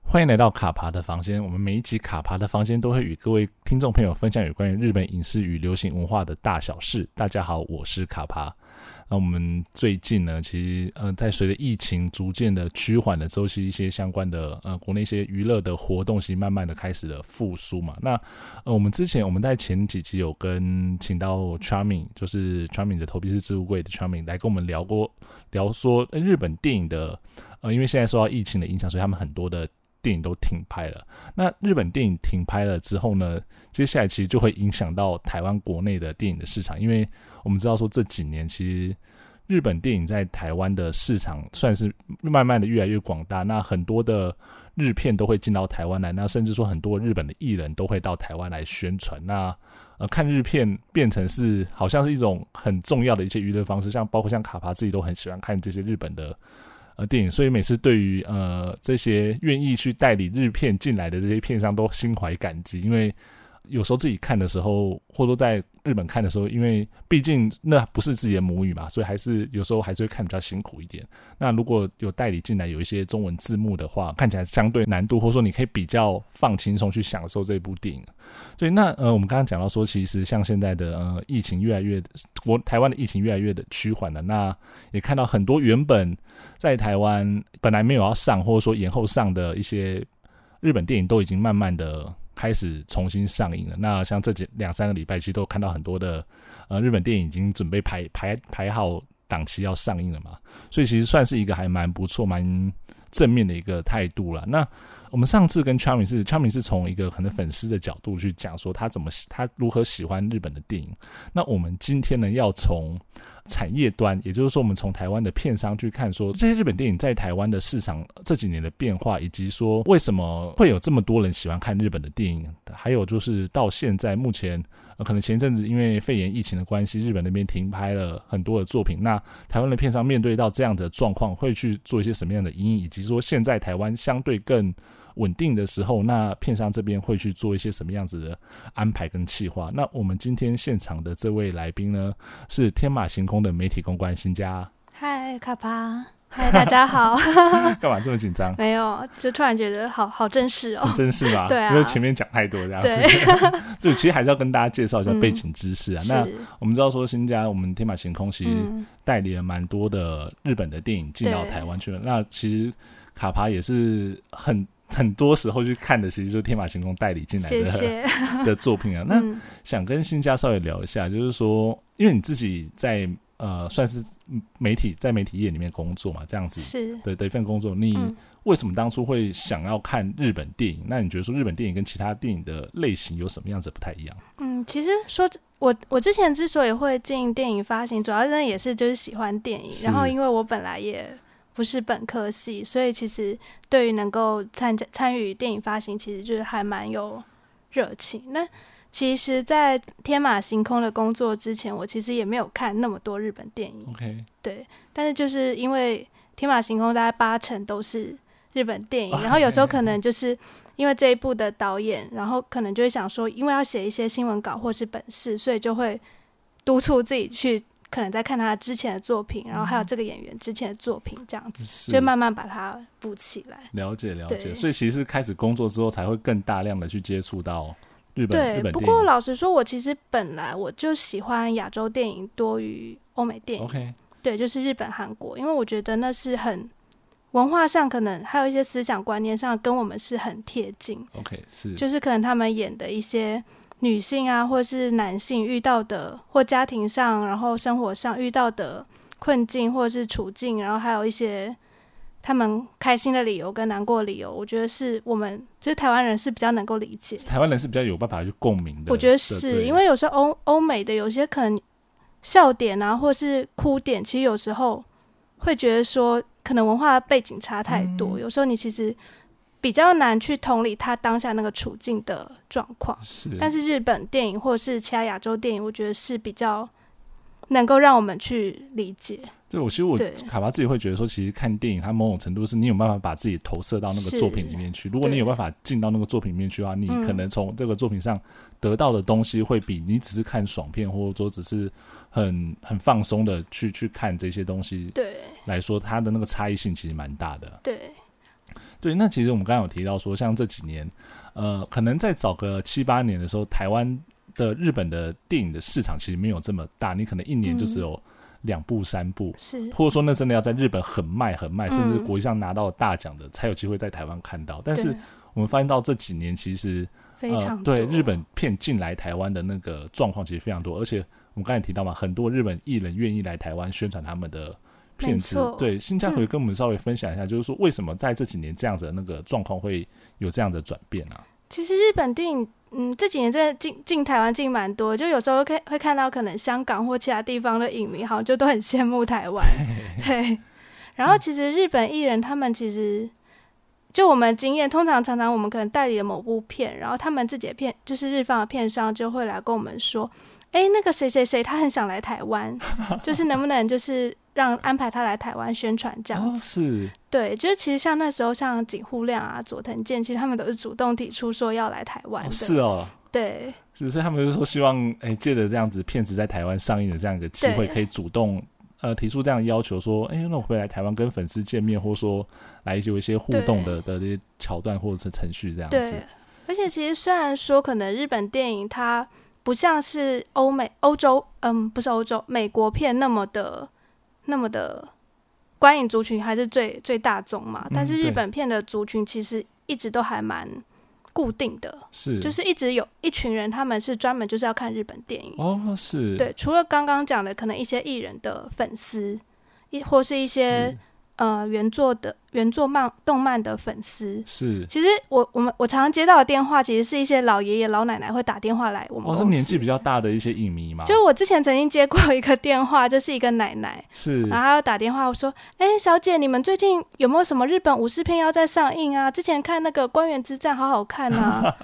欢迎来到卡爬的房间。我们每一集卡爬的房间都会与各位听众朋友分享有关于日本影视与流行文化的大小事。大家好，我是卡爬。那我们最近呢，其实呃，在随着疫情逐渐的趋缓的周期，一些相关的呃国内一些娱乐的活动，其实慢慢的开始了复苏嘛。那呃，我们之前我们在前几集有跟请到 Charming，就是 Charming 的头皮是置物柜的 Charming 来跟我们聊过聊说、呃日本电影的呃，因为现在受到疫情的影响，所以他们很多的电影都停拍了。那日本电影停拍了之后呢，接下来其实就会影响到台湾国内的电影的市场，因为我们知道说这几年其实日本电影在台湾的市场算是慢慢的越来越广大，那很多的日片都会进到台湾来，那甚至说很多日本的艺人都会到台湾来宣传，那呃看日片变成是好像是一种很重要的一些娱乐方式，像包括像卡帕自己都很喜欢看这些日本的。呃，电影，所以每次对于呃这些愿意去代理日片进来的这些片商都心怀感激，因为有时候自己看的时候，或者说在日本看的时候，因为毕竟那不是自己的母语嘛，所以还是有时候还是会看比较辛苦一点。那如果有代理进来有一些中文字幕的话，看起来相对难度，或者说你可以比较放轻松去享受这部电影。所以那呃，我们刚刚讲到说，其实像现在的呃疫情越来越国台湾的疫情越来越的趋缓了，那也看到很多原本在台湾本来没有要上或者说延后上的一些日本电影，都已经慢慢的开始重新上映了。那像这几两三个礼拜，其实都有看到很多的呃日本电影已经准备排排排好档期要上映了嘛，所以其实算是一个还蛮不错、蛮正面的一个态度了。那我们上次跟 Charming 是 Charming 是从一个可能粉丝的角度去讲说他怎么喜他如何喜欢日本的电影，那我们今天呢要从产业端，也就是说，我们从台湾的片商去看说，这些日本电影在台湾的市场这几年的变化，以及说为什么会有这么多人喜欢看日本的电影，还有就是到现在目前，呃、可能前阵子因为肺炎疫情的关系，日本那边停拍了很多的作品，那台湾的片商面对到这样的状况，会去做一些什么样的阴影，以及说现在台湾相对更。稳定的时候，那片商这边会去做一些什么样子的安排跟计划？那我们今天现场的这位来宾呢，是天马行空的媒体公关新家， 嗨，卡巴，嗨，大家好。干嘛这么紧张？没有，就突然觉得好好正式哦。真是吧？对啊因为前面讲太多这样子。 对，其实还是要跟大家介绍一下背景知识啊。那是，我们知道说，新家我们天马行空其实嗯，代理了蛮多的日本的电影进到对台湾去了。那其实卡帕也是很 很多时候去看的，其实就是天马行空代理进来谢的 谢。 的作品啊。那嗯，想跟新家稍微聊一下，就是说，因为你自己在呃，算是媒体在媒体业里面工作嘛，这样子是，的的一份工作，你嗯为什么当初会想要看日本电影？那你觉得说日本电影跟其他电影的类型有什么样子不太一样？嗯，其实说真我我之前之所以会进电影发行，主要真的也是就是喜欢电影，是然后因为我本来也不是本科系，所以其实对于能够参加参与电影发行，其实就是还蛮有热情。那其实，在天马行空的工作之前，我其实也没有看那么多日本电影， OK，对，但是就是因为天马行空大概八成都是日本电哦影，然后有时候可能就是因为这一部的导演，然后可能就会想说，因为要写一些新闻稿或是本事，所以就会督促自己去可能在看他之前的作品，然后还有这个演员之前的作品这样子，嗯是就慢慢把它补起来。了解了解，对所以其实是开始工作之后才会更大量的去接触到日本对日，本不电过影。老实说，我其实本来我就喜欢亚洲电影多于欧美电影。 OK，对，就是日本、韩国，因为我觉得那是很文化上可能还有一些思想观念上跟我们是很贴近， OK，是就是可能他们演的一些女性啊，或是男性遇到的，或家庭上，然后生活上遇到的困境或是处境，然后还有一些他们开心的理由跟难过的理由，我觉得是我们就是台湾人是比较能够理解的。台湾人是比较有办法去共鸣的。我觉得对是对因为有时候欧欧美的有些可能笑点啊，或是哭点，其实有时候会觉得说，可能文化背景差太多，有时候你其实比较难去同理他当下那个处境的状况。是，但是日本电影或是其他亚洲电影，我觉得是比较能够让我们去理解。对，我其实我对卡巴自己会觉得说，其实看电影它某种程度是你有办法把自己投射到那个是作品里面去。如果你对有办法进到那个作品里面去的啊话，你嗯可能从这个作品上得到的东西会比你只是看爽片，或者说只是很很放松的去去看这些东西对来说，它的那个差异性其实蛮大的。对，对，那其实我们刚刚有提到说，像这几年，呃，可能再早个七八年的时候，台湾的日本的电影的市场其实没有这么大，你可能一年就只嗯有两部三部，是或者说那真的要在日本很卖很卖，甚至嗯国际上拿到大奖的，才有机会在台湾看到。但是对我们发现到这几年，其实非常呃、多、对日本片进来台湾的那个状况其实非常多，而且我们刚才提到嘛，很多日本艺人愿意来台湾宣传他们的片子没错。对，新加回跟我们稍微分享一下，就是说为什么在这几年这样子的那个状况会有这样的转变啊？其实日本电影，嗯，这几年真的进进台湾进蛮多，就有时候看会看到可能香港或其他地方的影迷，好像就都很羡慕台湾，对。然后其实日本艺人他们其实，就我们经验，通常常常我们可能代理了某部片，然后他们自己的片就是日方的片商就会来跟我们说，诶，那个谁谁谁他很想来台湾，就是能不能就是让安排他来台湾宣传这样哦子。是对，就是其实像那时候，像井户亮啊、佐藤健，其实他们都是主动提出说要来台湾哦的。是哦。对，是，所以他们就是说希望，哎、借着这样子片子在台湾上映的这样一个机会，对可以主动呃提出这样的要求，说，哎、那我回来台湾跟粉丝见面，或者说来有一些互动的的这些桥段或者是程序这样子对。，而且其实虽然说可能日本电影它不像是欧美、欧洲，嗯，不是欧洲，美国片那么的、那么的观影族群还是最最大众嘛，但是嗯日对本片的族群其实一直都还蛮固定的，是，就是一直有一群人他们是专门就是要看日本电影。哦，是，对，除了刚刚讲的可能一些艺人的粉丝，一或是一些是，呃原作的原作漫动漫的粉丝。是，其实我我们我常常接到的电话，其实是一些老爷爷老奶奶会打电话来我们哦，公是司。年纪比较大的一些影迷嘛，就我之前曾经接过一个电话，就是一个奶奶，是然后她又打电话我说：“哎、小姐，你们最近有没有什么日本武士片要再上映啊？之前看那个《官员之战》好好看啊，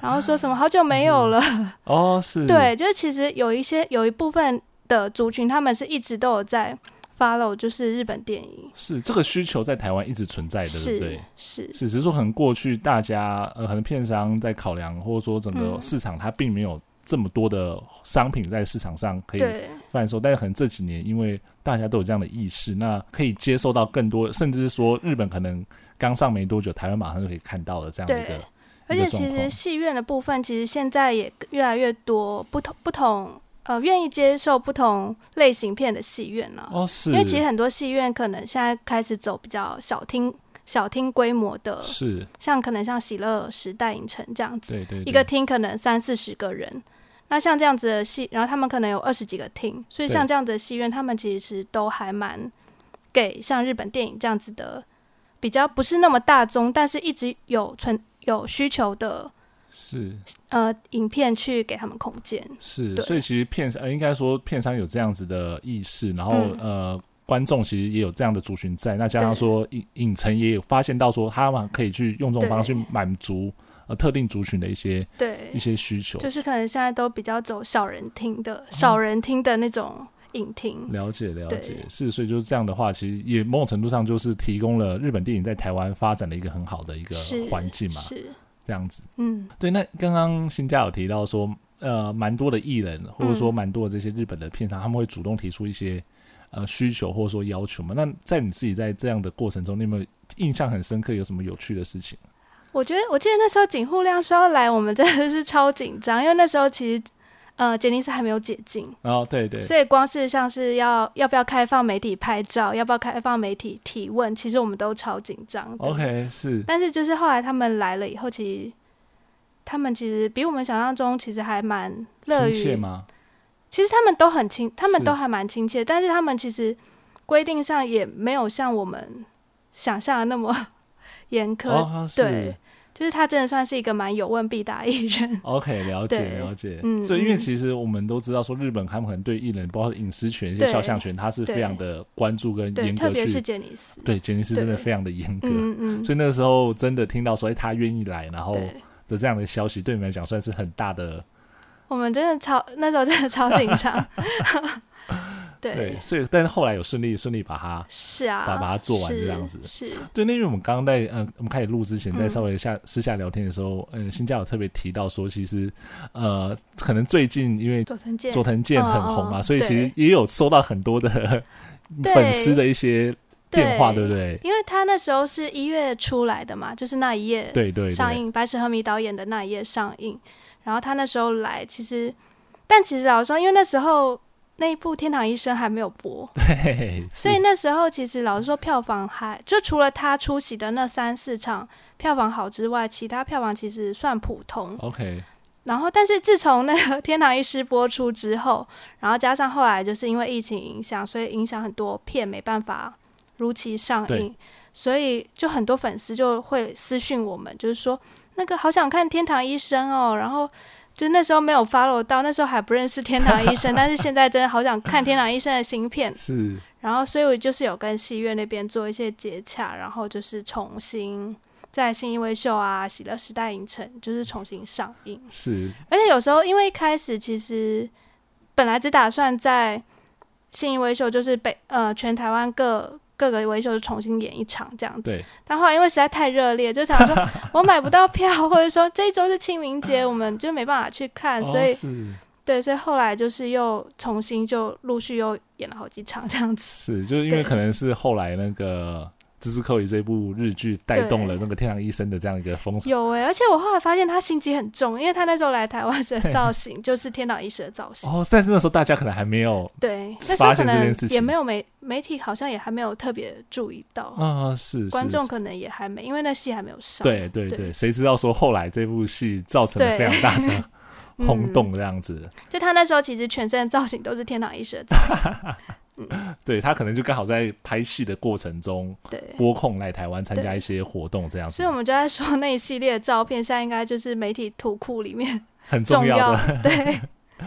然后说什么好久没有了。”哦，是，对，就是其实有一些有一部分的族群，他们是一直都有在 follow，就是日本电影，是这个需求在台湾一直存在的，哎对是不对？是是，只是说可能过去大家呃，可能片商在考量，或者说整个嗯市场它并没有这么多的商品在市场上可以对贩售，但是可能这几年因为大家都有这样的意识，那可以接受到更多，甚至是说日本可能刚上没多久，台湾马上就可以看到了这样的一对个。而一个且其状实况戏院的部分，其实现在也越来越多不同不同呃愿意接受不同类型片的戏院了、哦，是，因为其实很多戏院可能现在开始走比较小厅小厅规模的，是像可能像喜乐时代影城这样子，对对一对个厅可能三四十个人。那像这样子的戏，然后他们可能有二十几个厅，所以对像这样子的戏院，他们其实都还蛮给像日本电影这样子的比较不是那么大众，但是一直有存有需求的是呃影片去给他们空间。是，对所以其实片商、呃、应该说片商有这样子的意识，然后、嗯呃。观众其实也有这样的族群在，那加上对说影影城也有发现到说，他们可以去用这种方式对去满足呃特定族群的一些一对，些需求。就是可能现在都比较走小人厅哦的少人厅的那种影厅。了解了解对，是，所以就是这样的话，其实也某种程度上就是提供了日本电影在台湾发展的一个很好的一个是环境嘛，是，这样子。嗯，对，那刚刚新嘉有提到说，呃，蛮多的艺人或者说嗯蛮多的这些日本的片商，他们会主动提出一些呃需求或者说要求嘛。那在你自己在这样的过程中，你有没有印象很深刻，有什么有趣的事情？我觉得我记得那时候井户亮说要来，我们真的是超紧张，因为那时候其实呃杰尼斯还没有解禁，哦，对对，所以光是像是要要不要开放媒体拍照，要不要开放媒体提问，其实我们都超紧张的。 ，OK，是但是就是后来他们来了以后，其实他们其实比我们想象中其实还蛮乐亲切于，吗？其实他们都很亲，他们是都还蛮亲切，但是他们其实规定上也没有像我们想象的那么 严苛，哦，是对。就是他真的算是一个蛮有问必答艺 人， OK，了解对了解。嗯所以因为嗯其实我们都知道说，日本他们可能对艺人，包括隐私权、一些对肖像权，他是非对常的关注跟对，严特格别是去。杰尼斯，对，杰尼斯真的对非常的严格。嗯嗯嗯，所以那个时候真的听到说，哎，他愿意来，然后对，的这样的消息，对你们来讲算是很大的。我们真的超那时候真的超紧 张，对，对，所以但是后来有顺利顺利把它。是啊，把把它做完是这样子是对，那因为我们刚刚在呃，我们开始录之前，在嗯稍微下、私下聊天的时候，呃，新加有特别提到说，其实呃，可能最近因为佐藤健佐藤健很红嘛，嗯嗯所以其实对也有收到很多的对粉丝的一些变化，对不对？因为他那时候是一月出来的嘛，就是那一页对对上对，映，白石和弥导演的那一页上映。然后他那时候来，其实，但其实老实说，因为那时候那一部《天堂医生》还没有播， 嘿嘿所以那时候其实老实说，票房还就除了他出席的那三四场票房好之外，其他票房其实算普通。 OK，然后，但是自从那个《天堂医师》播出之后，然后加上后来就是因为疫情影响，所以影响很多片没办法如期上对映，所以就很多粉丝就会私讯我们，就是说那个好想看《天堂医生》哦，然后。就那时候没有 follow 到，那时候还不认识《天堂医生》，但是现在真的好想看《天堂医生》的新片，是然后，所以我就是有跟戏院那边做一些接洽，然后就是重新在新一微秀啊、喜乐时代影城，就是重新上映。是而且有时候，因为一开始其实本来只打算在信义微秀，就是北呃全台湾各各个微秀就重新演一场这样子。对，但后来因为实在太热烈，就想 说我买不到票，或者说这一周是清明节，我们就没办法去看， 所以、哦、是对，所以后来就是又重新就陆续又演了好几场这样子。是，就是因为对可能是后来那个《芝芝扣乙》这部日剧带动了那个《天堂医生》的这样一个风潮，有欸诶、而且我后来发现他心机很重，因为他那时候来台湾时的造型就是天堂医师的造型。哦，但是那时候大家可能还没有对，那时候发可现这能件事也情没有媒媒体好像也还没有特别注意到，啊、是观是众是可能也还没，因为那戏还没有上。对对对对，谁知道说后来这部戏造成了非对常大 的嗯轰动这样子，就他那时候其实全身的造型都是天堂医师的造型。对他可能就刚好在拍戏的过程中 对，拨空来台湾参加对一些活动这样子所以，我们就在说那一系列的照片，现在应该就是媒体图库里面很重 重要的。的。对，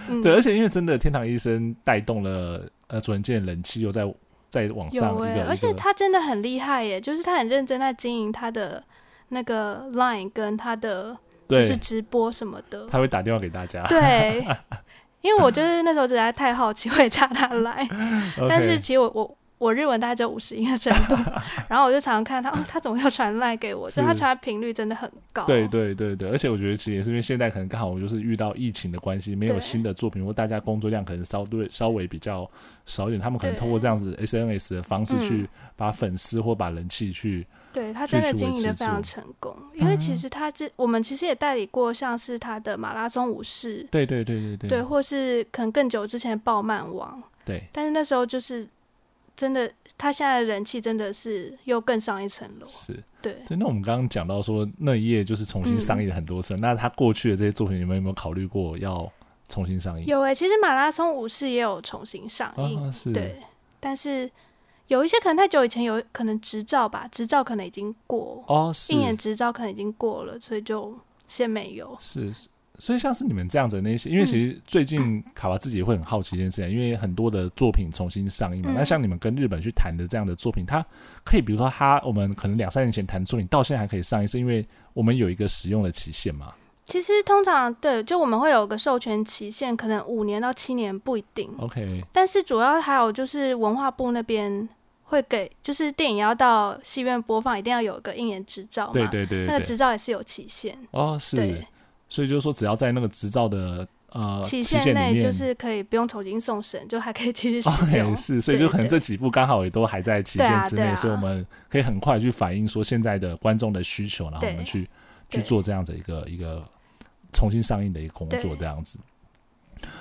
嗯， 对，而且因为真的《天堂医生》带动了呃主人界的人气，又在在往 上有一诶、个、而且一个他真的很厉害耶，就是他很认真在经营他的那个 Line 跟他的就对，是直播什么的。他会打电话给大家。对，因为我就是那时候实在太好奇，我 也加他来，但 是 OK 其实我我我日文大概只有五十音的程 度，然后我就常常看他，哦，他怎么又传赖给我？就是他是传的频率真的很高。对对对对，而且我觉得其实也是因为现在可能刚好我们就是遇到疫情的关系，没有对新的作品，或大家工作量可能稍对稍微比较少一点，他们可能对通过这样子 SNS 的方式去嗯把粉丝或把人气去对他继真的续维经营的持非常住成功，因为嗯其实他这我们其实也代理过，像是他的马拉松武士，对对对对对，或是可能更久之前的爆漫王，对但是那时候就是真的，他现在的人气真的是又更上一层楼。是。对，对，那我们刚刚讲到说那一页就是重新嗯上映了很多次，那他过去的这些作品，你们有没有考虑过要重新上映？有诶、其实马拉松武士也有重新上映，啊，是，对，但是有一些可能太久以前有可能执照吧，执照可能已经过，哦，是一年执照可能已经过了，所以就先没有。是，所以像是你们这样子的那些，因为嗯其实最近卡娃自己也会很好奇一件事情，因为很多的作品重新上映嘛。嗯那像你们跟日本去谈的这样的作品，它可以比如说它我们可能两三年前谈的作品，到现在还可以上映，是因为我们有一个使用的期限嘛其实通常对，就我们会有个授权期限，可能五年到七年不一定。 ？OK，但是主要还有就是文化部那边会给，就是电影要到戏院播放，一定要有一个一年执照嘛。对对对哦那对个对，执照也是有期限，哦对是，，所以就是说只要在那个执照的呃期限里内面，就是可以不用重新送审，就还可以继续使用。 OK，是，哦所以对就可能对这几部刚好也都还在期对限啊之内，对啊所以我们可以很快去反映说现在的观众的需求，然后我们对去去对做这样子一个一个重新上映的一个工作，对这样子。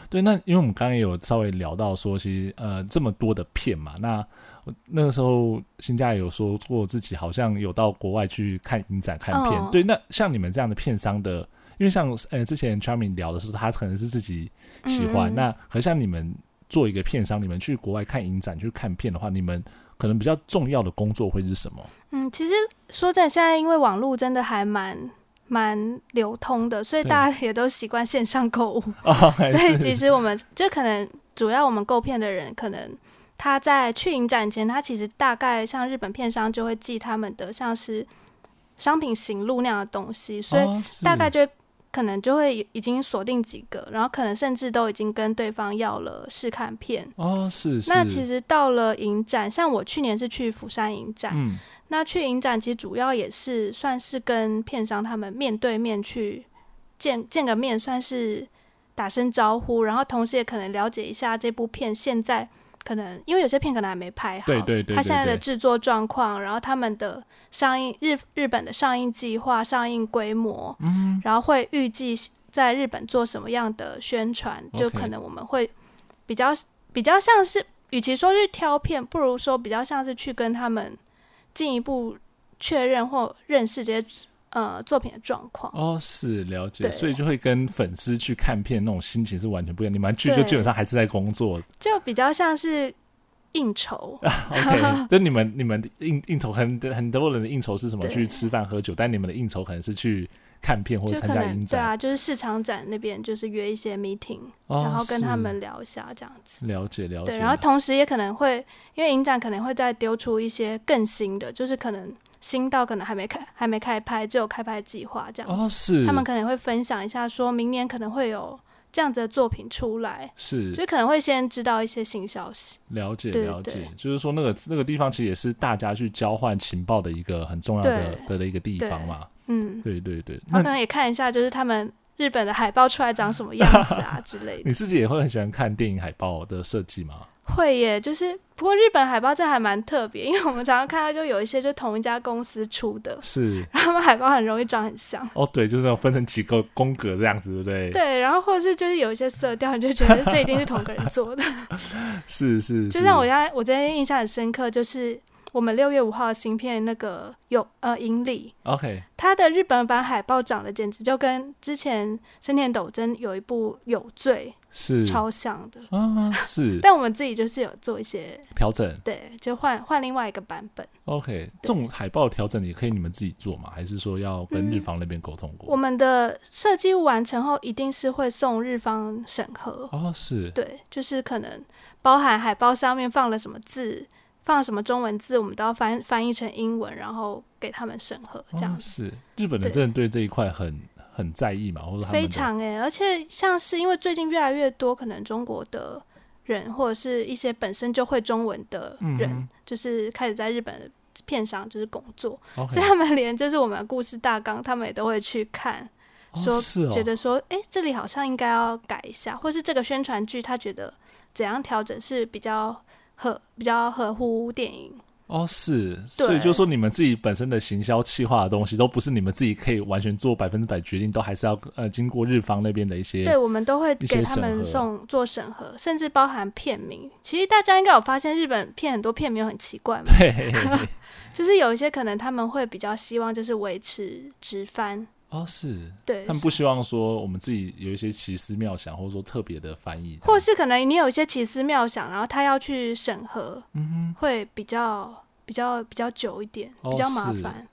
对，那因为我们刚刚也有稍微聊到说，其实呃这么多的片嘛，那我那个时候新加也有说过自己好像有到国外去看影展看片，嗯对，那像你们这样的片商的，因为像呃之前 Charming 聊的时候，他可能是自己喜欢。嗯嗯那可像你们做一个片商，你们去国外看影展、去看片的话，你们可能比较重要的工作会是什么？嗯，其实说真的，现在因为网络真的还蛮蛮流通的，所以对大家也都习惯线上购物。 哦， 还所以是其实我们就可能主要我们购片的人，可能他在去影展前，他其实大概像日本片商就会寄他们的像是商品行路那样的东西，所以哦是大概就会可能就会已经锁定几个，然后可能甚至都已经跟对方要了试看片。哦是是，那其实到了影展，像我去年是去釜山影展，嗯那去影展其实主要也是算是跟片商他们面对面去见见个面，算是打声招呼，然后同时也可能了解一下这部片现在可能因为有些片可能还没拍好，对对对他现在对的对制作状况，然后他们的上映日日本的上映计划、上映规模，嗯，然后会预计在日本做什么样的宣传，就 OK 可能我们会比较比较像是，与其说是挑片，不如说比较像是去跟他们进一步确认或认识这些呃作品的状况。哦，是了解，对所以就会跟粉丝去看片那种心情是完全不一样。你们去就对基本上还是在工 作就比较像是应酬，啊，OK？就你们你们的应应酬很很多人的应酬是什么？对去吃饭喝酒，但你们的应酬可能是去看片或者就参可加能影对展，啊，就是市场展那边就是约一些 meeting，、哦然后跟是他们聊一下这样子。了解了解。对，然后同时也可能会，因为影展可能会再丢出一些更新的，就是可能新到可能还没开还没开拍，只有开拍计划这样哦子。是他们可能会分享一下，说明年可能会有这样子的作品出来，是所以可能会先知道一些新消息。了解对了解对，就是说那个那个地方其实也是大家去交换情报的一个很重要的的一个地方嘛。嗯，对对对，然后那可能也看一下，就是他们日本的海报出来长什么样子啊之类的。你自己也会很喜欢看电影海报的设计吗？会耶，就是不过日本海报这还蛮特别，因为我们常常看到就有一些就同一家公司出的， 是然后他们海报很容易长很像。哦，对，就是那种分成几个宫格这样子，对不对？对，然后或者是就是有一些色调，你就觉得这一定是同个人 做的。是是是，就像我现在，我今天印象很深刻，就是我们六月五号的新片那个有呃银里， OK 它的日本版海报长得简直就跟之前深田斗真有一部《有罪是》超像的，嗯啊是但我们自己就是有做一些调整对，就换换另外一个版本。 OK，这种海报调整也可以你们自己做嘛，还是说要跟嗯日方那边沟通我过？们的设计物完成后，一定是会送日方审核。哦是对，就是可能包含海报上面放了什么字，放什么中文字，我们都要翻翻译成英文，然后给他们审核这样哦子。是，日本人对真的对这一块很很在意嘛，或者他们非的常诶、而且像是因为最近越来越多可能中国的人或者是一些本身就会中文的人，嗯哼就是开始在日本的片商就是工作， OK 所以他们连就是我们的故事大纲，他们也都会去看。哦说是哦觉得说，哎、这里好像应该要改一下，或是这个宣传剧他觉得怎样调整是比较合比较合乎电影。哦，是，所以对就说你们自己本身的行销企划的东西，都不是你们自己可以完全做百分之百决定，都还是要呃经过日方那边的一些对，我们都会一些给他审们核送做审核，甚至包含片名。其实大家应该有发现，日本片很多片名很奇怪嘛，对 就是有一些可能他们会比较希望就是维持直翻，哦，是对，他们不希望说我们自己有一些奇思妙想，或者说特别的翻译，或是可能你有一些奇思妙想，然后他要去审核，会比较比较比较久一点，嗯哦比较麻是烦。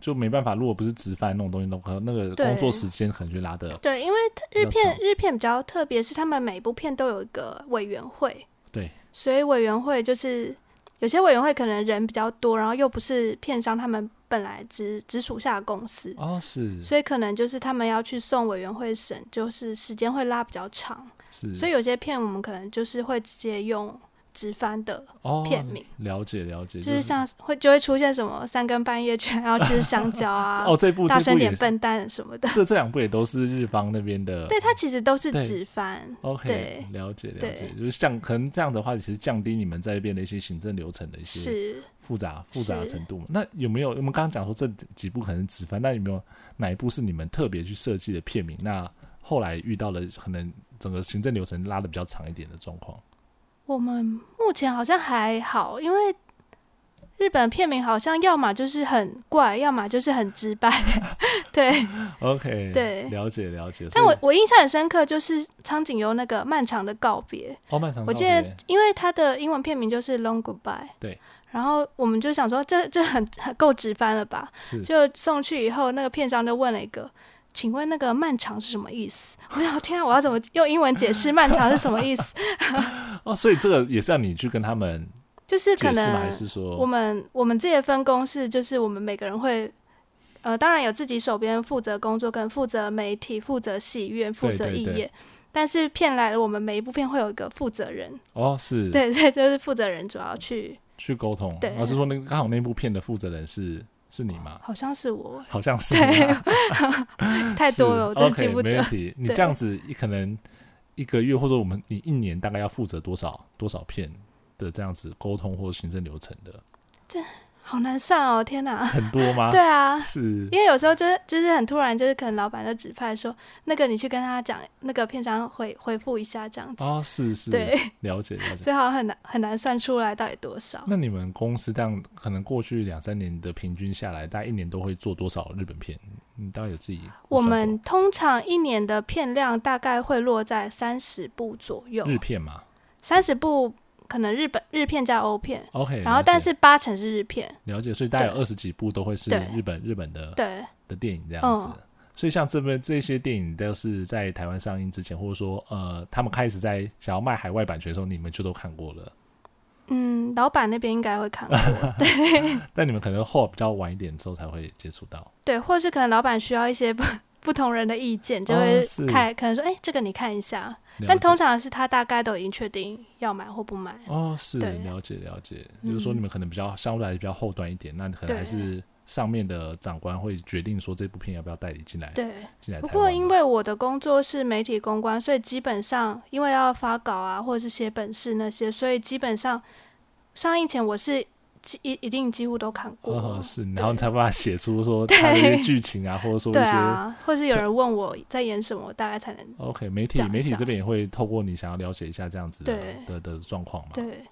就没办法。如果不是直翻那种东西，都可能那个对工作时间可能就拉的对，因为它比日较片长日片比较特别，是他们每部片都有一个委员会，对所以委员会就是有些委员会可能人比较多，然后又不是片商他们本来直直属下的公司，哦，是所以可能就是他们要去送委员会审，就是时间会拉比较长，是，所以有些片我们可能就是会直接用直翻的，哦片名了解了解，就是像会就会出现什么三更半夜居然要吃香蕉啊， 哦这部大这声部也点笨蛋什么 的，这这两部也都是日方那边的对，它其实都是对直翻。 OK，对了解了对解，就是像可能这样的话，其实降低你们在这边的一些行政流程的一些是，复杂复杂的是程度嘛。那有没有我们刚刚讲说这几部可能只翻，那有没有哪一部是你们特别去设计的片名？那后来遇到了可能整个行政流程拉的比较长一点的状况？我们目前好像还好，因为日本片名好像要么就是很怪，要么就是很直白。 对， OK，对了解了解。所但以我我印象很深刻，就是苍井优那个漫长的告别，哦，漫长告我记别得因为它的英文片名就是 Long Goodbye。对。然后我们就想说，这这很很够直翻了吧？是就送去以后，那个片商就问了一个。请问那个漫长是什么意思？ 我想天啊，我要怎么用英文解释漫长是什么 意思？哦，所以这个也是让你去跟他们就是可解释吗？能还是我说们我们自己的分工是，就是我们每个人会，呃，当然有自己手边负责工作，跟负责媒体、负责戏院、负责对艺对业。但是片来了，我们每一部片会有一个负责人，哦是对对，就是负责人主要去，去沟通？对而是说那个刚好那部片的负责人是是你吗？好像是我，好像是对啊太是多了，我真的 OK，记不没得问。题，你对这样子，你可能一个月或者我们你一年大概要负责多少多少片？的这样子沟通或行政流程的？好难算哦，天哪！很多吗？ 对啊， 是因为有时候就是就是很突然，就是可能老板就指派说，那个你去跟他讲，那个片商回回复一下这样子，哦，是是，对，了解了解。所以好像很难很难算出来到底多少。那你们公司这样，可能过去两三年的平均下来，大概一年都会做多少日本片？你大概有自己我估算们通常一年的片量大概会落在三十部左右过，日片嘛三十部可能日本日片加欧片， ？OK，然后了解但是八成是日片，了解，所以大概有对二十几部都会是对日本日本的对的电影这样子。嗯所以像这边这些电影都是在台湾上映之前，或者说呃，他们开始在想要卖海外版权的时候，你们就都看过了。嗯，老板那边应该会看过，但你们可能后比较晚一点之后才会接触到。对，或是可能老板需要一些不 不同人的意见，就会哦是看，可能说，哎、这个你看一下，了但解通常是他大概都已经确定要买或不买，哦，是对嗯了解了解，就是说你们可能比较相对来比较后端一点，那可能还对是上面的长官会决定说这部片要不要代理进来，对。进来不台过湾因嘛。为我的工作是媒体公关，所以基本上因为要发稿啊，或者是写本事那些，所以基本上上映前我是几一一定几乎都看过。哦，是，然后你才有办法写出说它的一对些剧情啊，或者说一对些、哦啊，或是有人问我在演什么，我大概才能 OK 媒体讲一媒体下这边也会透过你想要了解一下这样子的对的的状况嘛。对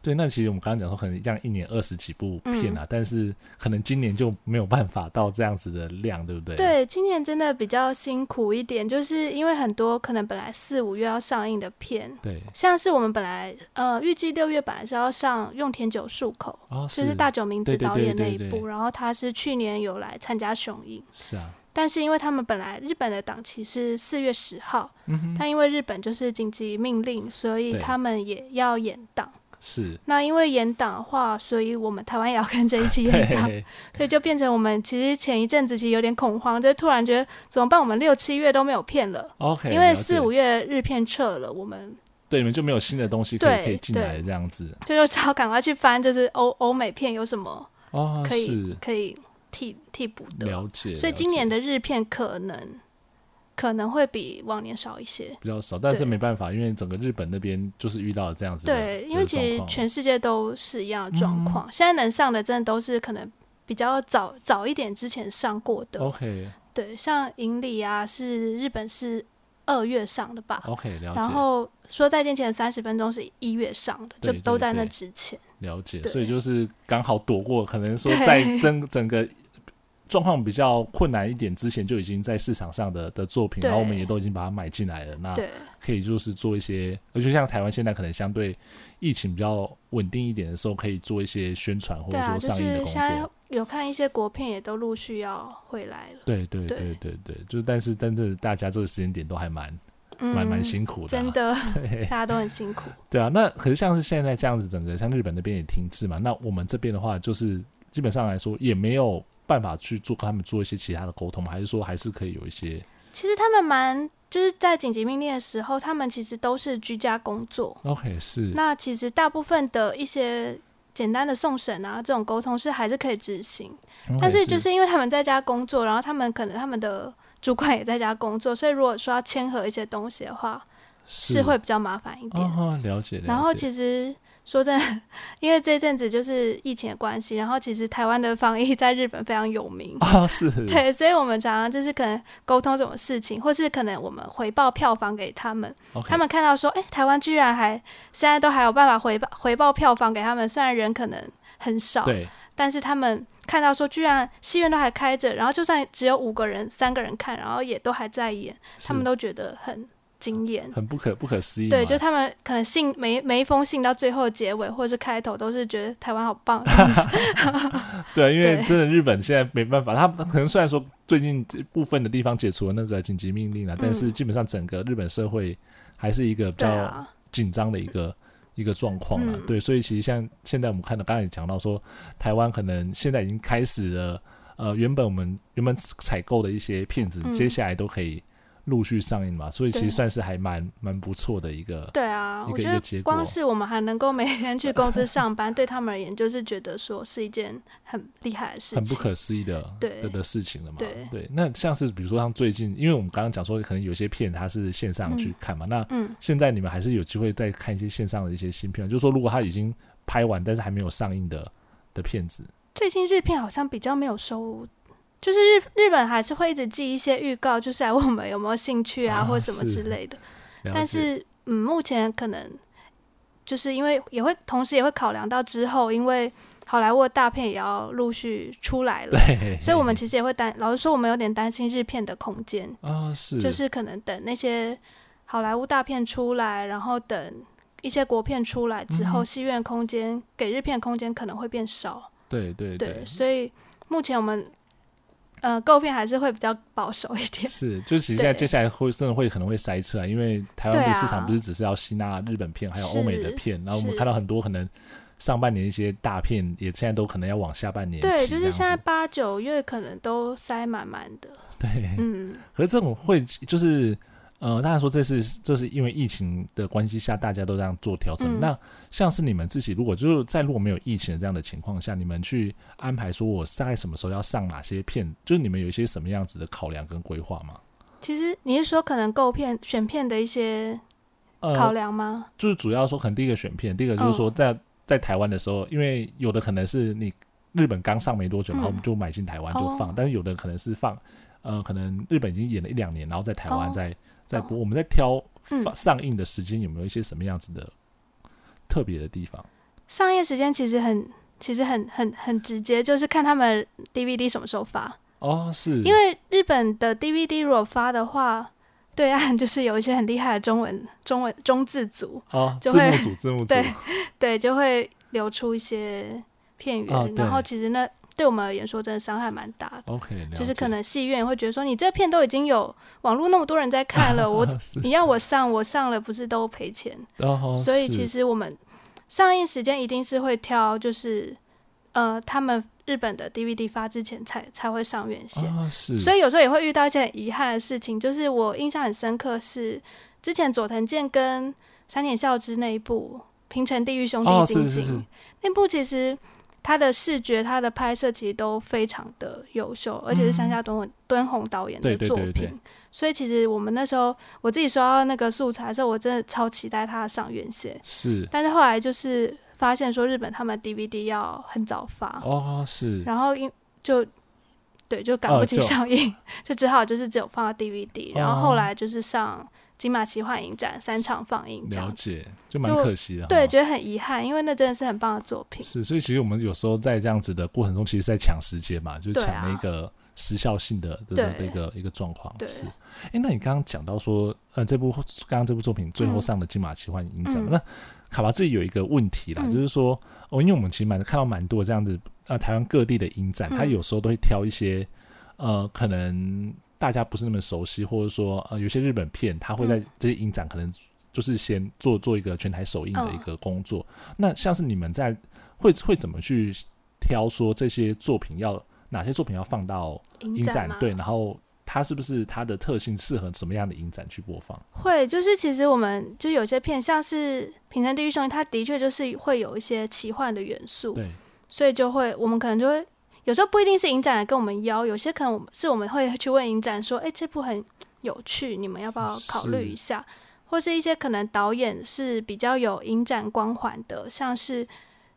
对，那其实我们刚刚讲说，可能这样一年二十几部片嗯啊，但是可能今年就没有办法到这样子的量，对不对？，对。今年真的比较辛苦一点，就是因为很多可能本来四五月要上映的片，对，像是我们本来呃预计六月本来是要上《用田久树口》。哦，就是大久明子对对导对演那对一对部，然后他是去年有来参加雄鹰，是啊，但是因为他们本来日本的档期是四月十号，嗯哼，但因为日本就是紧急命令，所以对他们也要延档。是，那因为延档的话，所以我们台湾也要跟着一起延档，对，所以就变成我们其实前一阵子其实有点恐慌，就突然觉得怎么办？我们六七月都没有片了， OK，因了为解四五月日片撤了，我们对你们就没有新的东西可以对可以进来对这样子就就只好赶快去翻，就是欧欧美片有什么哦，可以是可以替替补的。了解，所以了今年解的日片可能可能会比往年少一些。比较少，但这对没办法，因为整个日本那边就是遇到了这样子的对，因的为其状实况全世界都是一样嗯的状况。现在能上的，真的都是可能比较早早一点之前上过的。 OK 对，像《银里》啊，是日本是二月上的吧？ OK 了解，然后说再见前的三十分钟是一月上的，对就都对在那对之前。了解，对所以就是刚好躲过，可能说对在整 整个状况比较困难一点之前，就已经在市场上的的作品，对然后我们也都已经把它买进来了。那对可以就是做一些，而且像台湾现在可能相对疫情比较稳定一点的时候，可以做一些宣传或对者说啊，就上映的是工现在作。有看一些国片也都陆续要回来了。对对对对对对，就是但是但是大家这个时间点都还蛮嗯，蛮蛮辛苦的啊、真的， 对大家都很辛苦。对啊，那可是像是现在这样子，整个像日本那边也停滞嘛，那我们这边的话，就是基本上来说也没有办法去做跟他们做一些其他的沟通嘛，还是说还是可以有一些其实他们蛮就是在紧急命令的时候，他们其实都是居家工作。 OK 是那其实大部分的一些简单的送审啊，这种沟通是还是可以执行。 ，OK，但是就是因为他们在家工作，然后他们可能他们的主管也在家工作，所以如果说要签合一些东西的话，是是会比较麻烦一点。哦，了解了解。然后其实说真的，因为这阵子就是疫情的关系，然后其实台湾的防疫在日本非常有名。 啊、是，对，所以我们常常就是可能沟通什么事情，或是可能我们回报票房给他们， o k 他们看到说，哎、台湾居然还现在都还有办法回报回报票房给他们，虽然人可能很少，对但是他们看到说，居然戏院都还开着，然后就算只有五个人、三个人看，然后也都还在演，他们都都觉得很惊艳。很不可不可思议嘛，对，就是他们可能信每每一封信到最后结尾或者是开头都是觉得台湾好 棒，这样子对，因为对真的日本现在没办法，他们可能虽然说最近部分的地方解除了那个紧急命令了、但是基本上整个日本社会还是一个比嗯对较啊，紧张的一个一个状况了。嗯对，所以其实像现在我们看到，刚才也讲到说，台湾可能现在已经开始了，呃，原本我们原本采购的一些片子，嗯接下来都可以。陆续上映嘛，所以其对实算是还蛮蛮不错的一个。对啊，一我个觉一个得结果光是我们还能够每天去公司上班，对他们而言就是觉得说是一件很厉害的事很不情。可思议的对的的事情了嘛？对那像是比如说像最近，因为我们刚刚讲说，可能有些片它是线上去嗯看嘛，那嗯，现在你们还是有机会再看一些线上的一些新片，就是说如果它已经拍完，但是还没有上映的的片子，最近日片好像比较没有收，就是日日本还是会一直寄一些预告，就是来问我们有没有兴趣啊，啊或什么是之类的。了但解是，嗯，目前可能就是因为也会同时也会考量到之后，因为好莱坞的大片也要陆续出来了，对，嗯所以我们其实也会担，老实说，我们有点担心日片的空间。啊是就是可能等那些好莱坞大片出来，然后等一些国片出来之嗯后，哼戏院空间给日片空间可能会变少。对对对，所以目前我们呃购片还是会比较保守一点。 是，就其实现在对接下来会真的会可能会塞车啊，因为台湾对的啊市场不是只是要吸纳日本片，还有欧美的片，然后我们是看到很多可能上半年一些大片也现在都可能要往下半年对，挤就是这现在样子八九月可能都塞满满的。对，嗯，可是这种会就是呃，大家说这是这是因为疫情的关系下，大家都这样做调整。嗯那像是你们自己，如果就是在如果没有疫情的这样的情况下，你们去安排说我大概什么时候要上哪些片，就是你们有一些什么样子的考量跟规划吗？其实你是说可能购片选片的一些考呃，量吗？就是主要说可能第一个选片，第一个就是嗯说在、在台湾的时候，因为有的可能是你日本刚上没多久，然后我们就买进台湾就放，嗯哦但是有的可能是放呃，可能日本已经演了一两年，然后在台湾哦再再播，懂我们在挑嗯放上映的时间有没有一些什么样子的特别的地方？上映时间其实很。其实很很很直接，就是看他们 DVD 什么时候发。哦，是因为日本的 DVD 如果发的话，对岸就是有一些很厉害的中文、中文中字组，哦，字就幕会 组字幕组对对，就会流出一些片源，哦对然后其实那对我们而言说真的伤害蛮大的。 ，OK，了就是解可能戏院也会觉得说，你这片都已经有网络那么多人在看 了，我 啊是你要我上，我上了不是都赔钱？哦， 所以是其实我们上映时间一定是会挑，就是呃，他们日本的 DVD 发之前才才会上院线。啊是，所以有时候也会遇到一些很遗憾的事情，就是我印象很深刻是之前佐藤健跟山田孝之那一部《平成地狱兄弟哦金是井》是是那部其实它的视觉、它的拍摄其实都非常的优秀，而且是乡下敦敦宏导演嗯对的对作对品。对所以其实我们那时候我自己收到那个素材的时候，我真的超期待它上院线，是但是后来就是发现说日本他们 DVD 要很早发哦是然后因就对就赶哦不及就哦上映， 就只好就是只有放到 DVD，、然后后来就是上金马奇幻影展三场放映这了样子。解，就蛮就可惜的哈，对，觉得很遗憾，因为那真的是很棒的作品。是，所以其实我们有时候在这样子的过程中，其实在抢时间嘛，就是对抢那啊个时效性的的的对一个一个状况。对是。哎，那你刚刚讲到说，呃，这部刚刚这部作品最后嗯上的金马奇幻影展嘛，嗯那卡巴自己有一个问题啦，嗯就是说，哦，因为我们其实蛮看到蛮多这样子，呃，台湾各地的影展，它嗯有时候都会挑一些，呃，可能大家不是那么熟悉，或者说，呃，有些日本片，它会在嗯这些影展可能就是先做做一个全台首映的一嗯个工作。那像是你们在会会怎么去挑说这些作品要哪些作品要放到影影展展嘛，对，然后它是不是它的特性适合什么样的影展去播放？会就是其实我们就有些片，像是《平成地狱兄弟》，它的确就是会有一些奇幻的元素，对，所以就会我们可能就会有时候不一定是影展来跟我们邀，有些可能我们是我们会去问影展说，哎、这部很有趣，你们要不要考虑一下？或是一些可能导演是比较有影展光环的，像是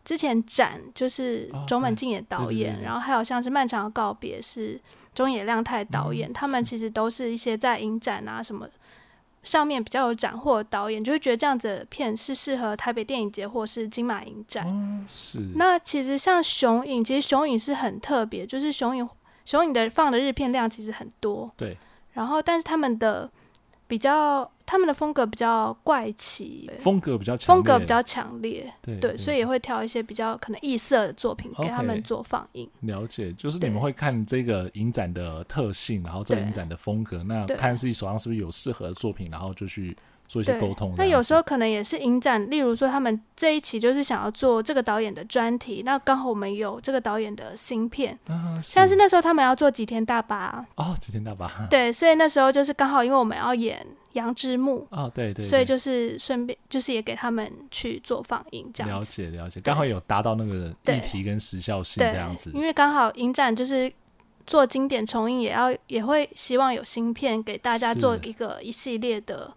之前展就是哦中本对敬也导对演，对对对然后还有像是《漫长的告别》是中野亮太导演，嗯他们是其实都是一些在影展啊什么。上面比较有斩获的导演，就会觉得这样子的片是适合台北电影节或是金马影展。嗯，是那其实像雄影，其实雄影是很特别，就是雄影雄影的放的日片量其实很多，对，然后但是他们的比较他们的风格比较怪奇，风格比较强风格比烈较强烈，对对，所以也会挑一些比较可能异色的作品给他 OK 们做放映。了解，就是你对们会看这个影展的特性，然后这个对影展的风格，那对看自己手上是不是有适合的作品，然后就去啊做一些对沟通。那有时候可能也是影展，例如说他们这一期就是想要做这个导演的专题，那刚好我们有这个导演的新片，候啊，像是那时候他们要做《几天大巴哦，今天大巴》，对，所以那时候就是刚好因为我们要演杨之木，哦，对对，所以对就是顺便就是也给他们去做放映这样了子。解了解，刚好有达到那个对议题跟时效性对这样子，因为刚好影展就是做经典重映，也要也会希望有新片给大家是做一个一系列的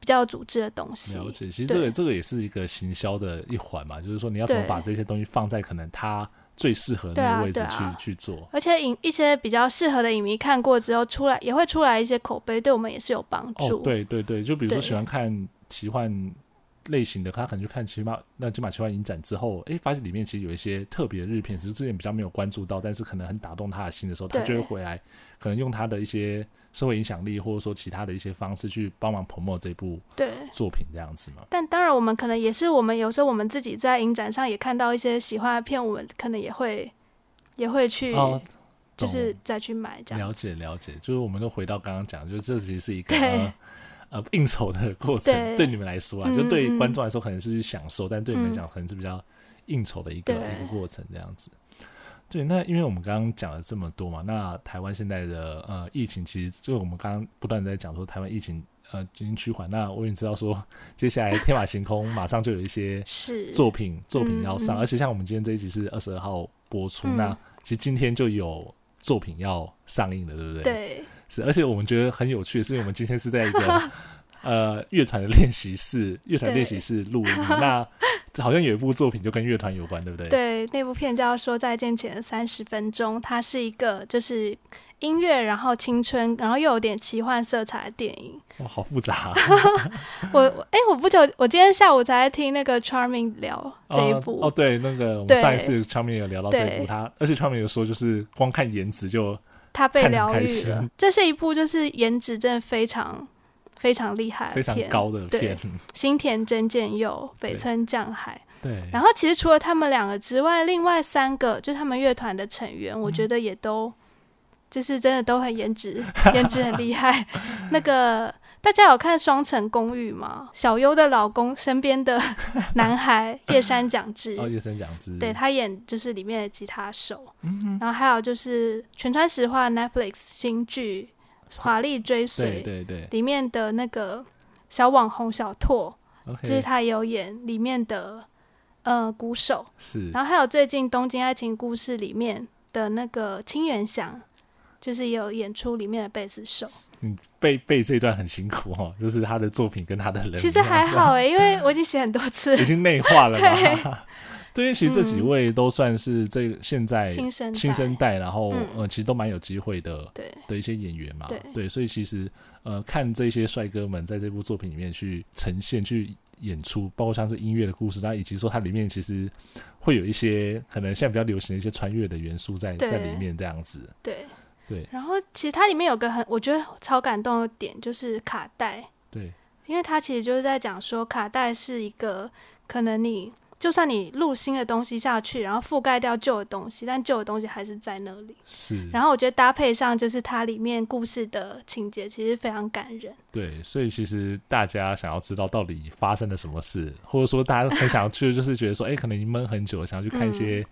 比较有组织的东西。了解，其实这个对这个也是一个行销的一环嘛，就是说你要怎么对把这些东西放在可能它最适合的对那啊个位置对去、啊去做。而且影一些比较适合的影迷看过之后出来，也会出来一些口碑，对我们也是有帮助。哦，对对对，就比如说对喜欢看奇幻类型的，他可能去看奇马那金马奇幻影展之后，诶，发现里面其实有一些特别的日片，只是之前比较没有关注到，但是可能很打动他的心的时候，他对就会回来，可能用他的一些社会影响力，或者说其他的一些方式去帮忙 promote 这部对作品这样子嘛。但当然，我们可能也是我们有时候我们自己在影展上也看到一些喜欢的片，我们可能也会也会去，哦，就懂是再去买这样。了解了解，就是我们都回到刚刚讲，就是这其实是一个对呃呃应酬的过程，对对你们来说啊，嗯就对嗯观众来说可能是去享受，但对你们来嗯讲可能是比较应酬的一个对一个过程这样子。对，那因为我们刚刚讲了这么多嘛，那台湾现在的呃疫情，其实就我们刚刚不断地在讲说台湾疫情呃已经趋缓，那我也知道说接下来天马行空马上就有一些是作品作品要上，嗯嗯而且像我们今天这一集是二十二号播出，嗯那其实今天就有作品要上映了，对不对？，对是。而且我们觉得很有趣的是，因为我们今天是在一 个呃乐团的练习室，乐团对练习室录音，那好像有一部作品就跟乐团有关，对不对？。对，那部片叫《说再见前的三十分钟》，它是一个就是音乐，然后青春，然后又有点奇幻色彩的电 影。哇，好复杂、啊我哎、我不久，我今天下午才在听那个 Charming 聊 这一部，哦哦，对，那个我们对上一次昌明有聊到这一部，对他而且昌明有说，就是光看颜值就他被看得疗开愈心了。这是一部就是颜值真的非常非常厉害的非常片，高的对片，新田真剑佑、北对村匠海。 对，然后其实除了他们两个之外，另外三个就是他们乐团的成员，我嗯觉得也都、就是真的都很 颜值，颜值很厉害。那个大家有看《双城公寓》吗？小优的老公身边 的男孩叶山奖之。哦，叶生奖之，对他演就是里面的吉他手，嗯然后还有就是全川石化 Netflix 新剧《华丽追对随》对对里面的那个小网红小拓， ，OK，就是他也有演里面的呃鼓手，是然后还有最近《东京爱情故事》里面的那个清源祥，就是也有演出里面的贝斯手。背背这一段很辛苦哦， 就是他的作品跟他的人，其实还，好诶、因为我已经写很多次 已经内化了对嘛。 对，因为其实这几位都算是这个现在 新生代新生代，然后嗯呃，其实都蛮有机会的对的一些演员嘛对。对，所以其实呃，看这些帅哥们在这部作品里面去呈现、去演出，包括像是音乐的故事，那以及说它里面其实会有一些可能现在比较流行的一些穿越的元素在对在里面这样子。对对然后其实它里面有个很我觉得超感动的点，就是卡带，对，因为它其实就是在讲说卡带是一个可能你。就算你录新的东西下去，然后覆盖掉旧的东西，但旧的东西还是在那里。是。然后我觉得搭配上就是它里面故事的情节，其实非常感人。对，所以其实大家想要知道到底发生了什么事，或者说大家很想要去，就是觉得说，哎、可能已经闷很久了，想要去看一些、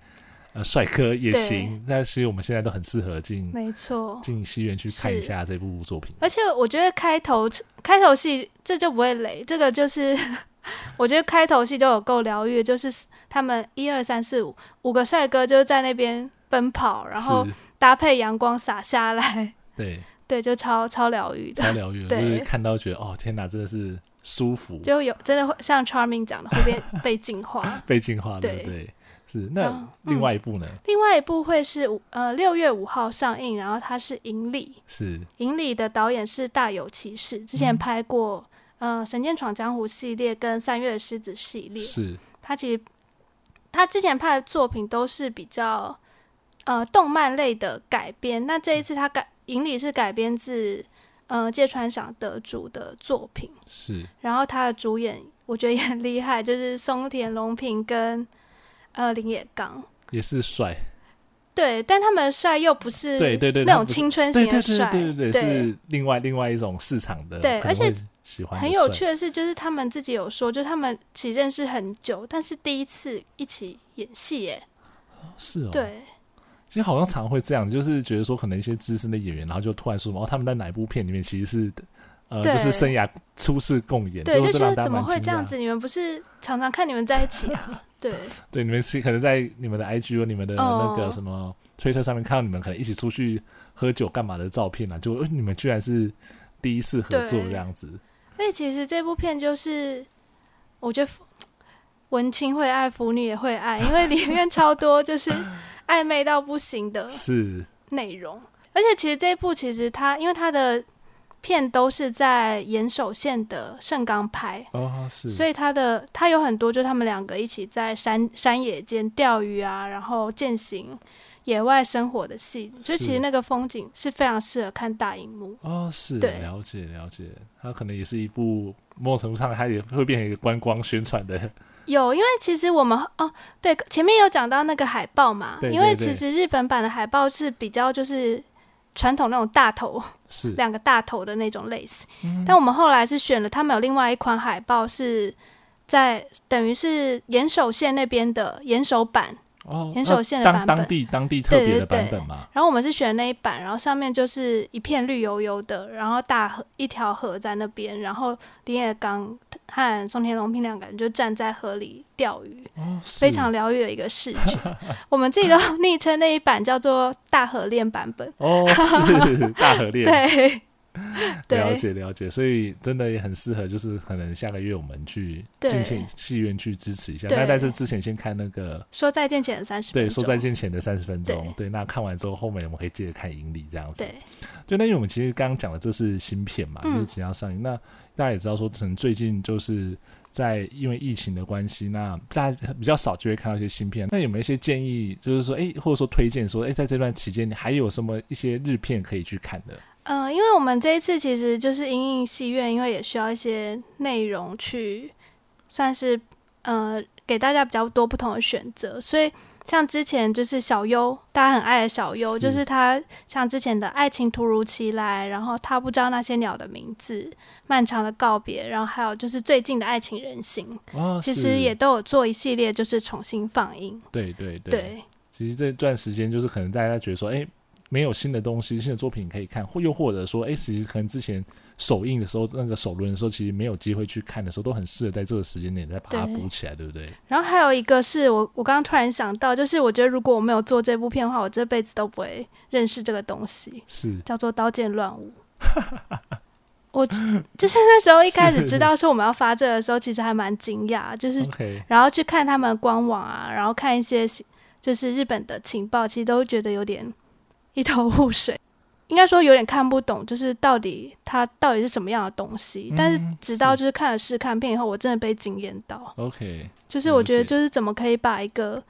呃帅哥也嗯对行。但其实我们现在都很适合进没错，进戏院去看一是下这部作品。而且我觉得开头开头戏这就不会雷，这个就是 我觉得开头戏就有够疗愈，就是他们一二三四五五个帅哥就是在那边奔跑，然后是搭配阳光洒下来， 对对，就超超疗愈的，超疗愈的，就 对是看到觉得哦天哪，真的是舒服就有真的会像 Charming 讲的会被被净化。被净化，对对不对？是那嗯另外一部呢？另外一部会是五呃六月五号上映，然后它是《盈利》，是《银里》的导演是大有其事，嗯之前拍过、呃《神剑闯江湖》系列跟《三月的狮子》系列。是他其实他之前拍的作品都是比较呃动漫类的改编，那这一次他改《银里》是改编自呃芥川赏得主的作品，是然后他的主演我觉得也很厉害，就是松田龙平跟呃林野刚。也是帅，对，但他们的帅又不是对对对那他种不是青春对型对的对帅，对对对，是另外另外一种市场的，对可能而且会喜欢的很有帅趣的是，就是他们自己有说，就是他们其实认识很久，但是第一次一起演戏耶。是哦，，对，其实好像常会这样，就是觉得说可能一些资深的演员，然后就突然说什么哦，他们在哪一部片里面其实是呃，对就是生涯初次共演，对，就就这觉让得大家怎么蛮会惊这样讶子？你们不是常常看你们在一起啊？ 对，对，你们是可能在你们的 IG 或你们的那个哦什么推特上面看到你们可能一起出去喝酒干嘛的照片啊，就、呃你们居然是第一次合作对这样子。所以其实这部片就是，我觉得 腐文青会爱，腐女也会爱，因为 里面超多就是暧昧到不行的是内容。而且其实这一部其实它因为它的片都是在岩手县的盛冈拍，哦，是，所以以它的它有很多就是他们两个一起在山山野间钓鱼啊，然后践行野外生活的戏，所以是其实那个风景是非常适合看大荧幕。哦是，对了解了解，它可能也是一部某种程度上它也会变成一个观光宣传的，有，因为其实我们哦，对，前面有讲到那个海报嘛，对因为对其对实日本版的海报是比较就是传统那种大头是嗯两个大头的那种类型，但我们后来是选了他们有另外一款海报是在等于是岩手县那边的岩手版，哦，岩那手县的当版当本地当地特对别对的版对本嘛，然后我们是选那一版，然后上面就是一片绿油油的，然后大河一条河在那边，然后林野刚和松田龙平两个人就站在河里钓鱼，哦，非是常疗愈的一个视觉。我们自己都昵称那一版叫做“大河恋”版本。哦，是 大河恋，对，了对，解 了解，所以真的也很适合，就是可能下个月我们去对进戏戏院去支持一下。对那在这之前先看那个说再见前三十分对钟。说再。见前的三十分钟，对，那看完之后后面我们可以接着看盈利这样子。对，对，那因为我们其实刚刚讲的这是新片嘛，嗯就是即将上映。那大家也知道说，可能最近就是在因为疫情的关系，那大家比较少就会看到一些新片。那有没有一些建议，就是说，哎，或者说推荐说，哎，在这段期间你还有什么一些日片可以去看的？嗯、因为我们这一次其实就是因应戏院，因为也需要一些内容去，算是呃给大家比较多不同的选择，所以。像之前就是小优，大家很爱的小优，是就是他像之前的《爱情突如其来》，然后他不知道那些鸟的名字，《漫长的告别》，然后还有就是最近的《爱情人形》，哦，其是实也都有做一系列，就是重新放映。对对对。对其实这段时间就是可能大家觉得说，哎、没有新的东西、新的作品可以看，或又或者说，哎、其实可能之前首映的时候、那个首轮的时候，其实没有机会去看的时候，都很适合在这个时间点再把它对补起来，对不对？然后还有一个是我我刚刚突然想到，就是我觉得如果我没有做这部片的话，我这辈子都不会认识这个东西，是叫做《刀剑乱舞》。我就是那时候一开始是知道说我们要发这个的时候，其实还蛮惊讶，就是，OK，然后去看他们的官网啊，然后看一些就是日本的情报，其实都觉得有点一头雾水，应该说有点看不懂，就是到底它到底是什么样的东西。但是嗯直到就是看了试看片以后，我真的被惊艳到， OK，就是我觉得了解就是怎么可以把一个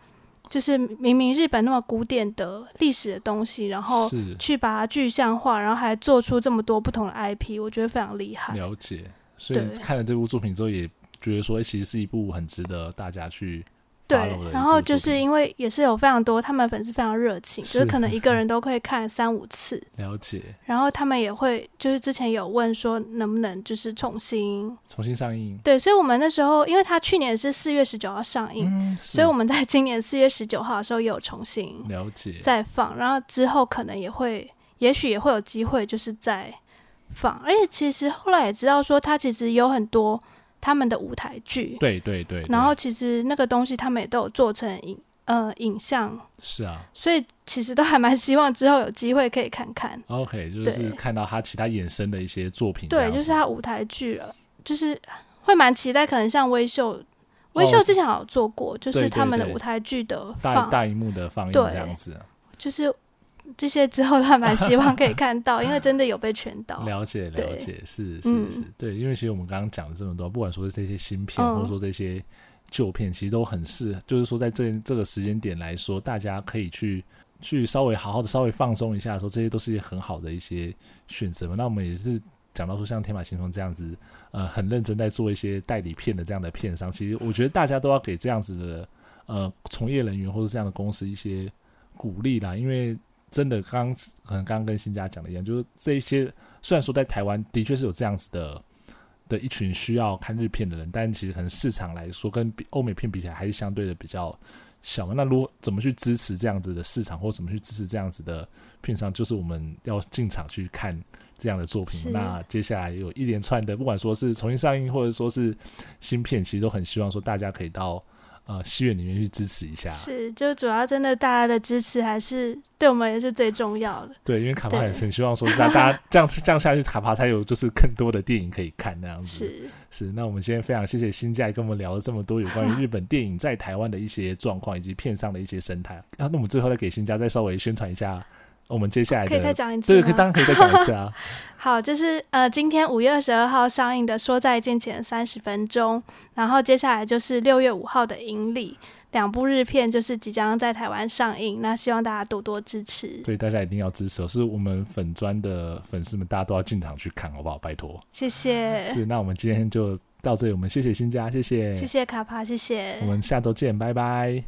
就是明明日本那么古典的历史的东西，然后是去把它具象化，然后还做出这么多不同的 IP，我觉得非常厉害。了解。所以啊对看了这部作品之后，也觉得说，哎、其实是一部很值得大家去 follow 的对，一然部后作就是品因为也是有非常多，他们粉丝非常热情，就是是可能 一个人都会看三五次，了解，然后他们也会就是之前有问说能不能就是重新重新上映，对，所以我们那时候因为他去年是四月十九号上映，嗯，所以是我们在今年四月十九号的时候也有重新了解，再放，然后之后可能也会，也许也会有机会就是再放，而且其实后来也知道说他其实有很多他们的舞台剧，对对对，然后对其实那个东西他们也都有做成影呃影像，是啊，所以其实都还蛮希望之后有机会可以看看。 OK，就是对看到他其他衍生的一些作品这样对，子，就是他舞台剧了，就是会蛮期待，可能像微秀，微秀之前有做过，就哦对对是他们的对舞台剧的大放，大荧幕的放映对这样子，就是这些之后都还蛮希望可以看到，因为真的有被全到。了解对了解，是是嗯是，对，因为其实我们刚刚讲了这么多，不管说是这些新片，嗯或者说这些旧片，其实都很适，就是说在这这个时间点来说，大家可以去去稍微好好的稍微放松一下的时候，这些都是一些很好的一些选择嘛。那我们也是。讲到说像天马行空这样子，呃，很认真在做一些代理片的这样的片商，其实我觉得大家都要给这样子的呃从业人员或者这样的公司一些鼓励啦，因为真的刚可能刚刚跟新家讲的一样，就是这一些虽然说在台湾的确是有这样子的的一群需要看日片的人，但其实可能市场来说跟比欧美片比起来还是相对的比较小嘛。那如果怎么去支持这样子的市场，或怎么去支持这样子的片商，就是我们要进场去看这样的作是品。那接下来有一连串的，不管说是重新上映，或者说是新片，其实都很希望说大家可以到呃戏院里面去支持一下。是，就主要真的大家的支持还是对我们也是最重要的。对，因为卡帕对也很希望说，那 大家这样这样下去，卡帕才有就是更多的电影可以看那样子。是，是，那我们今天非常谢谢新佳跟我们聊了这么多有关于日本电影在台湾的一些状况以及片上的一些生态。啊，那我们最后再给新佳再稍微宣传一下我们接下来可以再的。讲一次这吗？个当然可以再讲一次 啊，好，就是呃，今天五月二十二号上映的《说再见前三十分钟》，然后接下来就是六月五号的《银里》，两部日片就是即将在台湾上映，那希望大家多多支持，所以大家一定要支持哦，是我们粉砖的粉丝们，大家都要进场去看，好不好？拜托。谢谢，是，那我们嗯今天就到这里，我们谢谢新佳，谢谢，谢谢卡帕，谢谢，我们下周见，拜拜。